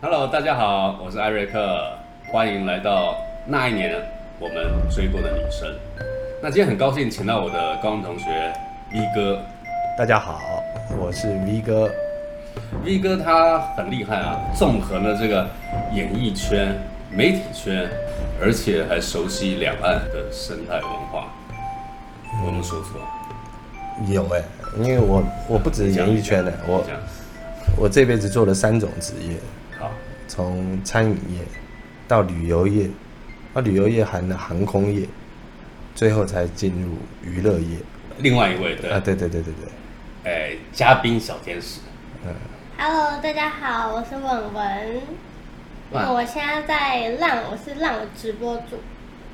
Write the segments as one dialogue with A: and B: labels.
A: Hello，大家好，我是艾瑞克，欢迎来到那一年我们追过的女生。那今天很高兴请到我的高中同学 V 哥
B: 大家好，我是 V 哥。
A: ，V 哥他很厉害啊，纵横了这个演艺圈、媒体圈，而且还熟悉两岸的生态文化。我有没有说错？
B: 有哎、因为我我不止演艺圈的、我
A: 这样
B: 我这辈子做了三种职业，
A: 好，
B: 从餐饮业到旅游业，到旅游业含了航空业，最后才进入娱乐业。
A: 另外一位对
B: 啊，，对对对对对，
A: 哎，嘉宾小天使，
C: Hello，大家好，我是文文。
A: 哇
C: 我现在在浪，我是浪的直播主。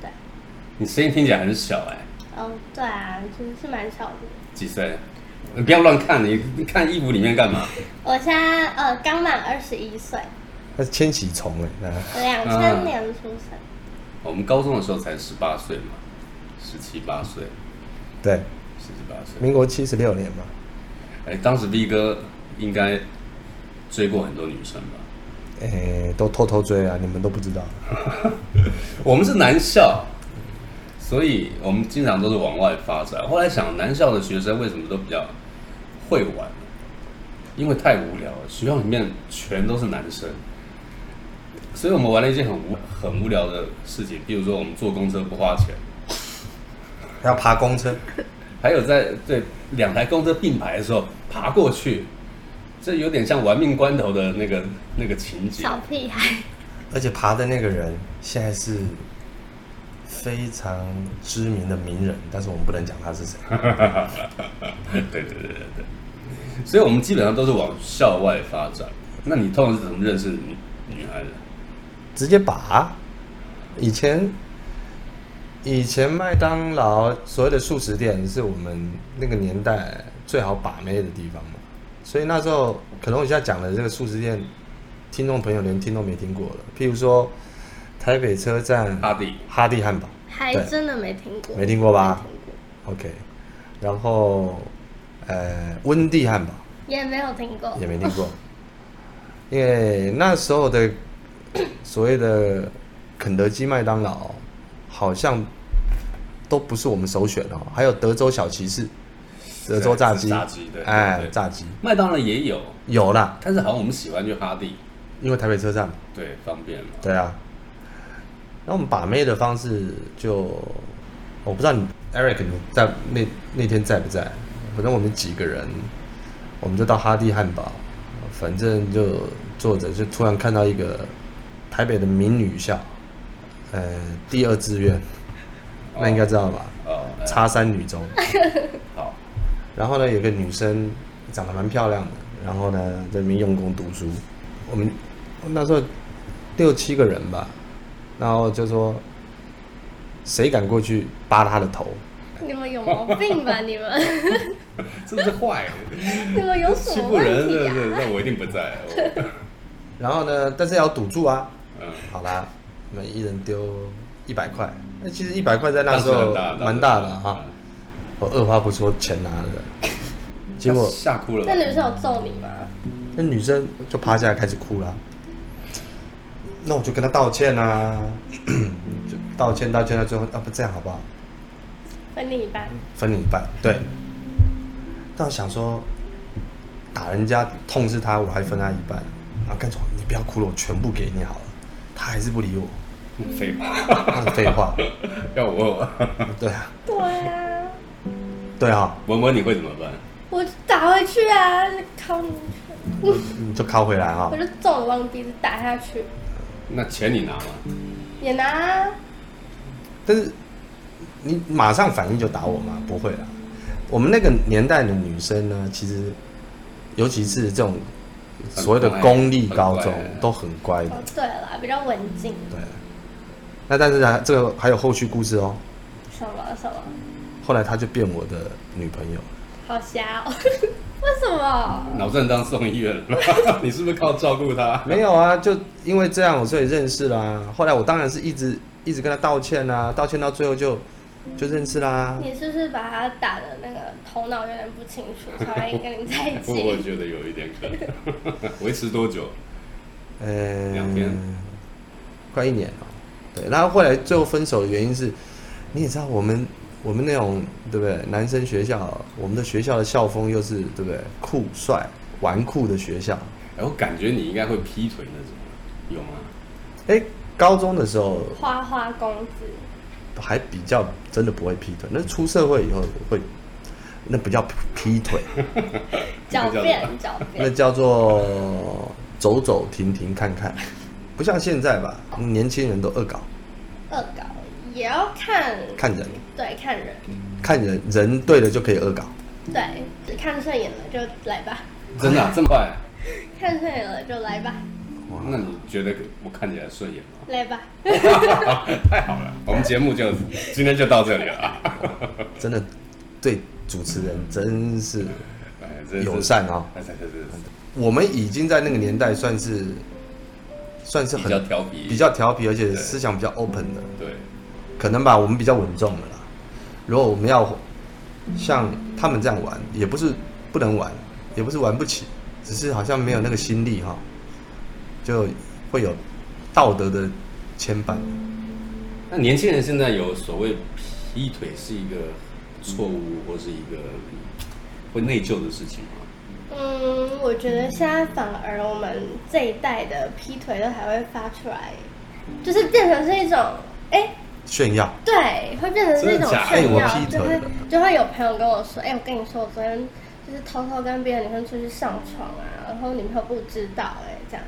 C: 对，
A: 你声音听起来很小哎、
C: 哦，对啊，其实是蛮小的。
A: 几岁？你不要乱看，你你看衣服里面干嘛？
C: 我现在呃刚满二十一岁，
B: 那是千禧虫哎、啊
C: 两千年出生。
A: 我们高中的时候才十八岁嘛，十七八岁，
B: 对，
A: 十七八岁。
B: 民国七十六年嘛，
A: 哎，当时 V 哥应该追过很多女生吧？
B: 哎、都偷偷追啊，你们都不知道。
A: 我们是男校，所以我们经常都是往外发展。后来想，男校的学生为什么都比较会玩？因为太无聊了，学校里面全都是男生，所以我们玩了一件很无很无聊的事情，比如说我们坐公车不花钱，
B: 要爬公车，
A: 还有在对两台公车并排的时候爬过去，这有点像玩命关头的那个那个情节。
C: 小屁孩，
B: 而且爬的那个人现在是非常知名的名人，但是我们不能讲他是谁。
A: 对对对对对，所以我们基本上都是往校外发展。那你通常是怎么认识女女孩的？
B: 直接把以前以前麦当劳所谓的素食店是我们那个年代最好把妹的地方嘛，所以那时候可能我现在讲的这个素食店，听众朋友连听都没听过了。譬如说台北车站
A: 哈迪
B: 哈蒂汉堡，
C: 还
B: 对
C: 真的没听过，
B: 没听过吧
C: 没听过
B: ，OK，然后呃温蒂汉堡。
C: 也没有听
A: 哦
C: 过
B: 也。没听过，因为那时候的所谓的肯德基、麦当劳，好像都不是我们首选哦。还有德州小骑士、德州炸鸡，
A: 对炸鸡对
B: 哎
A: 对，
B: 炸鸡
A: 麦当劳也有，
B: 有啦，
A: 但是好像我们喜欢去哈迪，
B: 因为台北车站嘛，
A: 对，方便嘛。
B: 对啊。那我们把妹的方式就，我不知道你 Eric 你在那那天在不在？反正我们几个人，我们就到哈蒂汉堡，反正就坐着，就突然看到一个台北的民女校，呃，第二志愿，那应该知道吧？
A: 哦，哎
B: 叉三女中。
A: 好，
B: 然后呢，有个女生长得蛮漂亮的，然后呢在那边用功读书。我们那时候六七个人吧，然后就说谁敢过去扒她的头？
C: 你们有毛病吧？你们，
A: 真是坏，
C: 你们有什
A: 欺
C: 么
A: 负人，
C: 问
A: 对
C: 题
A: 对，
C: 啊？
A: 那我一定不在。我
B: 然后呢，但是要赌注啊。
A: 嗯，
B: 好啦，我们一人丢一百块。那其实一百块在那
A: 当
B: 时候
A: 很大
B: 蛮大的哈、啊，我二话不说全拿了。 结果
A: 吓哭了吧
C: 那。女生有揍你吗？
B: 那女生就趴下来开始哭了、那我就跟她道歉啊， 就道歉道歉到最后，要、不这样好不好？
C: 分你一半。
B: 分你一半，对。但我想说，打人家痛是他，我还分他一半。然后干脆你不要哭了，我全部给你好了。他还是不理我，
A: 废话，
B: 那废话，
A: 要我
B: 对啊，
C: 对啊，
B: 对啊，
A: 文文你会怎么办？
C: 我打回去啊，靠你！
B: 你就靠回来啊
C: 我。就揍你，往你鼻子打下去，
A: 那钱你拿吗？
C: 也拿啊、
B: 但是你马上反应就打我吗？不会啦。我们那个年代的女生呢，其实尤其是这种所谓的
A: 很乖
B: 公立高中
A: 很乖
B: 都很乖的
C: 哦，，对啦，比较文静，
B: 对。那但是呢，这个还有后续故事哦。
C: 什么什么，
B: 后来她就变我的女朋友，
C: 好瞎哦， 为什么？
A: 脑震荡送医院了， 你是不是靠照顾他？
B: 没有啊，就因为这样我所以认识啦、后来我当然是一直一直跟她道歉啦、道歉到最后就就认识啦、
C: 你是不是把他打的那个头脑有点不清楚，才会跟你在一
A: 我我
C: 起？
A: 觉得有一点可能。维持多久？
B: 呃，
A: 两天，
B: 快一年了。对，然后后来最后分手的原因是，你也知道我们我们那种对不对？男生学校，我们的学校的校风又是对不对？酷帅纨绔的学校。
A: 哎，我感觉你应该会劈腿那种，有吗？
B: 哎，高中的时候
C: 花花公子，
B: 还比较真的不会劈腿，那出社会以后会，那不叫劈腿，
C: 狡
A: 叫
C: 辩
A: 什么
C: 狡
B: 那
C: 辩，
B: 叫做走走停停看看， 不像现在吧，年轻人都恶搞，
C: 恶搞也要看，
B: 看人
C: 对，看人，
B: 看人人对了就可以恶搞，
C: 对，只看顺眼了就来吧，
A: 真的啊、这么快？
C: 看顺眼了就来吧，
A: 那你觉得我看起来顺眼吗？
C: 来吧，
A: 太好了，我们节目就今天就到这里了啊！
B: 真的对主持人真是，
A: 哎真是
B: 友善啊
A: 哎，对对对，对
B: 我们已经在那个年代算是算是
A: 比较
B: 很
A: 调皮，
B: 比较调皮，而且思想比较 open 的，
A: 对，
B: 可能吧，我们比较稳重了啦。如果我们要像他们这样玩，也不是不能玩，也不是玩不起，只是好像没有那个心力哈，就会有道德的牵绊。
A: 那年轻人现在有所谓劈腿是一个错误或是一个会内疚的事情吗？
C: 嗯，我觉得现在反而我们这一代的劈腿都还会发出来，就是变成是一种，哎、
B: 炫耀，
C: 对，会变成是一种
A: 真
C: 炫
B: 的
C: 耀
B: 假，的哎我劈
C: 就
B: 腿
C: 会
B: 了
C: 就会有朋友跟我说，哎、我跟你说，我昨天就是偷偷跟别的女生出去上床啊，然后女朋友不知道、哎，这样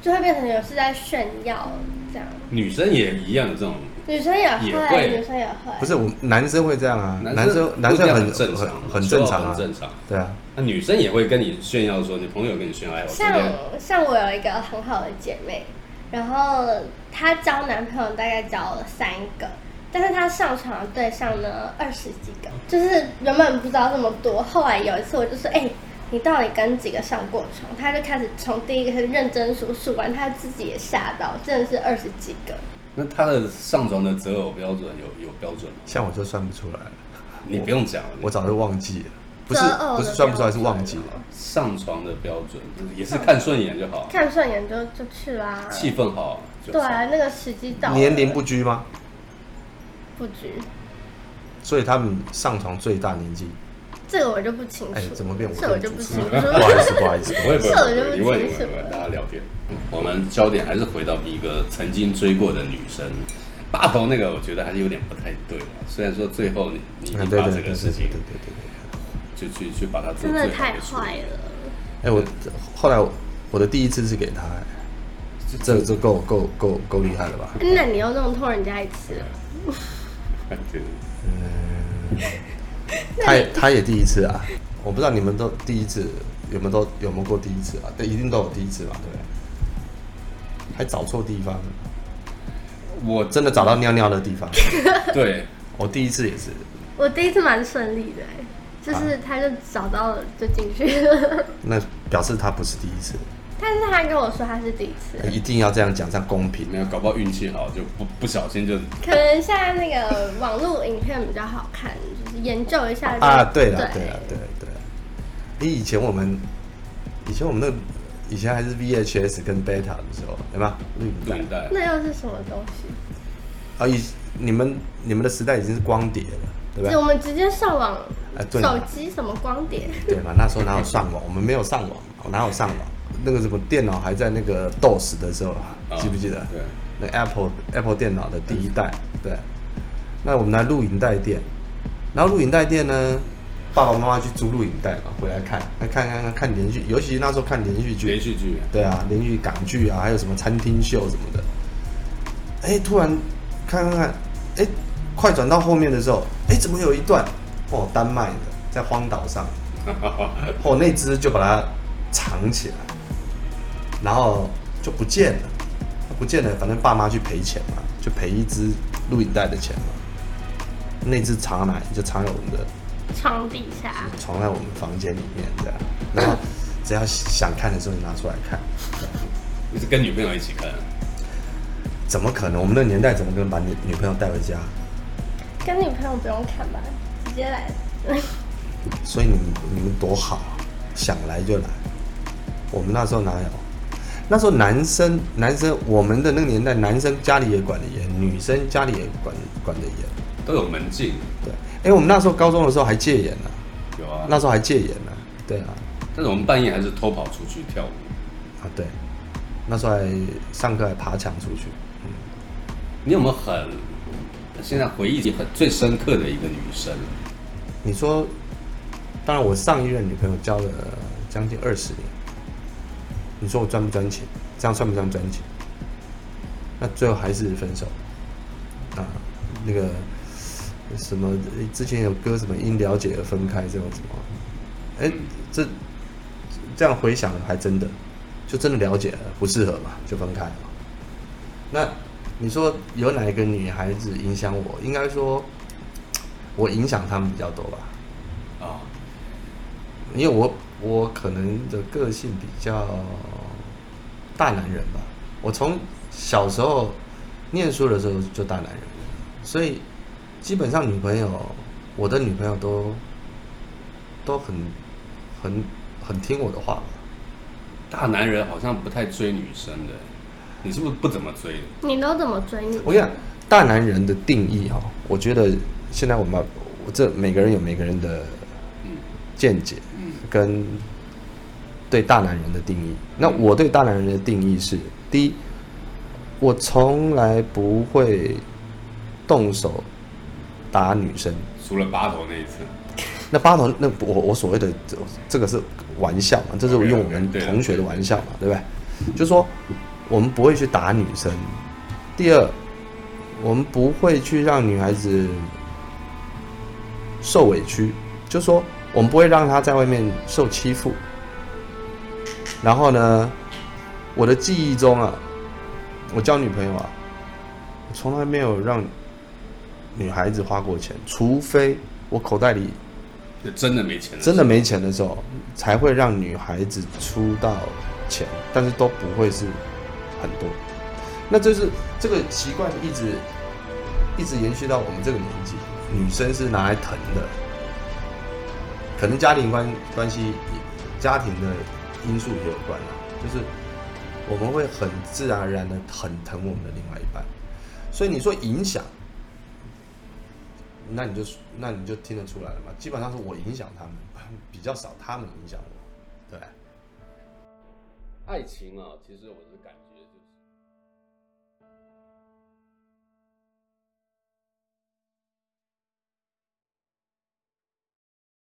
C: 就会变成有是在炫耀这样。
A: 女生也一样有这种，
C: 女生也
A: 也
C: 会，
A: 会
C: 女生也会，
B: 不是我们男生会这样啊，男生
A: 男
B: 男
A: 生
B: 生
A: 很
B: 很
A: 正常，
B: 很很正常
A: 很
B: 啊，
A: 正常。
B: 对啊，
A: 那女生也会跟你炫耀说，你朋友跟你炫耀，哎我今
C: 像
A: 天
C: 像我有一个很好的姐妹，然后她交男朋友大概交了三个，但是她上床的对象呢二十几个，就是原本不知道这么多，后来有一次我就说，哎、你到底跟几个上过床？她就开始从第一个开始认真数，数完她自己也吓到，真的是二十几个。
A: 那他的上床的择偶标准有有标准吗？
B: 像我就算不出来了，
A: 你不用讲了，
B: 我早就忘记了，不是
C: 择偶的
B: 不是算不出来，
C: 标
B: 是
C: 准
B: 忘记了。
A: 上床的标准就是也是看顺眼就好，
C: 看顺眼就就去啦。
A: 气氛好就
C: 对
A: 上
C: 啊，那个时机到了，
B: 年龄不拘吗？
C: 不拘，
B: 所以他们上床最大年纪，
C: 这个我就不清楚。
B: 哎，怎么变我
C: 这
B: 个
C: 我
B: 人
C: 就
B: 主
C: 不
B: 持
C: 清
B: 人？
C: 楚。
B: 不好意思，不好意思，
A: 不会不会
C: 这我
A: 不
C: 就
A: 会，
C: 不
A: 你问你
C: 清楚
A: 问你问，
C: 了
A: 大家聊天。我们焦点还是回到一个曾经追过的女生，大头那个我觉得还是有点不太对啊。虽然说最后你 你已
B: 嗯
A: 经
B: 对
A: 把
B: 对
A: 这
B: 对对
A: 个
B: 对
A: 事情
B: 对对对。
A: 就去去把它做
C: 真的
A: 最好
C: 太
A: 的处理
C: 坏了。
B: 哎，我后来我的第一次是给他，哎这这够够够够厉害了 吧？
C: 哎那你又弄痛人家一次了，
A: 对，
B: 他也他也第一次啊，我不知道你们都第一次有没有都有没有过第一次啊？对，一定都有第一次吧？对不对？还找错地方，
A: 我
B: 真的找到尿尿的地方。
A: 对
B: 我第一次也是，
C: 我第一次蛮顺利的、欸，就是
B: 啊
C: 他就找到了就进去了，
B: 那表示他不是第一次，
C: 但是他跟我说他是第一次，
B: 一定要这样讲，这样公平。
A: 没有，搞不好运气好就不不小心就
C: 可能现在那个网络影片比较好看，就是研究一下就
B: 啊，对了，对
C: 对
B: 了，对了对了。你以前我们，以前我们那，以前还是 VHS 跟 Beta 的时候，有没有录影
A: 对
B: 带？
A: 待。
C: 那又是什么东西？
B: 啊，以你们你们的时代已经是哦光碟了，对不
C: 就我
B: 对？
C: 们直接上网
B: 啊，对
C: 手机什么光碟，
B: 对嘛？那时候哪有上网？我们没有上网，哪有上网？那个什么电脑还在那个 DOS 的时候，
A: 啊
B: 记不记得？
A: 对，
B: 那 Apple Apple 电脑的第一代，对。那我们来录影带店，然后录影带店呢，爸爸妈妈去租录影带嘛，回来看，那看看看看连续，尤其那时候看连续剧，
A: 连续剧
B: 对啊，连续港剧啊，还有什么餐厅秀什么的。哎，突然看看看，哎，快转到后面的时候，哎，怎么有一段哦，丹麦的在荒岛上，哦，那只就把它藏起来，然后就不见了，不见了，反正爸妈去赔钱嘛，就赔一只录影带的钱嘛。那只藏哪里？就藏在我们的
C: 床底下，
B: 藏在我们房间里面这样，然后只要想看的时候你拿出来看。
A: 你是跟女朋友一起看，
B: 怎么可能？我们那个年代怎么可能把女女朋友带回家？
C: 跟女朋友不用看吧，直接来。
B: 所以你们你们多好啊，想来就来。我们那时候哪有？那时候男生男生我们的那个年代，男生家里也管得严，女生家里也管管得严。
A: 都有门禁，
B: 对，哎、我们那时候高中的时候还戒严呢、
A: 有啊。
B: 那时候还戒严呢、对啊，
A: 但是我们半夜还是偷跑出去跳舞。
B: 啊对，那时候还上课还爬墙出去。
A: 你有没有很现在回忆里很最深刻的一个女生？
B: 你说，当然我上一任女朋友交了将近二十年，你说我赚不赚钱？这样算不算赚钱？那最后还是分手啊，那个什么之前有歌什么因了解而分开这种什么，哎、这这样回想还真的，就真的了解了不适合嘛，就分开了。那你说有哪一个女孩子影响我？应该说，我影响她们比较多吧，
A: 啊，
B: 因为我我可能的个性比较大男人吧，我从小时候念书的时候就大男人，所以基本上女朋友，我的女朋友都都很很很听我的话吧，
A: 大男人好像不太追女生的，你是不是不怎么追的？
C: 你都怎么追女？
B: 我跟你讲，大男人的定义哈、我觉得现在我们把我这每个人有每个人的见解，跟对大男人的定义。那我对大男人的定义是：第一，我从来不会动手打女生。
A: 除了八头那一次，
B: 那八头那我我所谓的这这个是玩笑嘛，这是
A: OK，OK，
B: 用我们
A: 对啊
B: 同学的玩笑嘛，对不对？就说我们不会去打女生。第二，我们不会去让女孩子受委屈，就说我们不会让她在外面受欺负。然后呢，我的记忆中啊，我交女朋友啊，我从来没有让女孩子花过钱，除非我口袋里
A: 就真的没钱了。
B: 真的没钱的时候，才会让女孩子出到钱，但是都不会是很多。那就是这个习惯一直一直延续到我们这个年纪，女生是拿来疼的，可能家庭关关系、家庭的因素也有关啦、就是我们会很自然而然的很疼我们的另外一半，所以你说影响，那你就那你就听得出来了嘛。基本上是我影响他们，比较少他们影响我，对。
A: 爱情啊，其实我是感觉。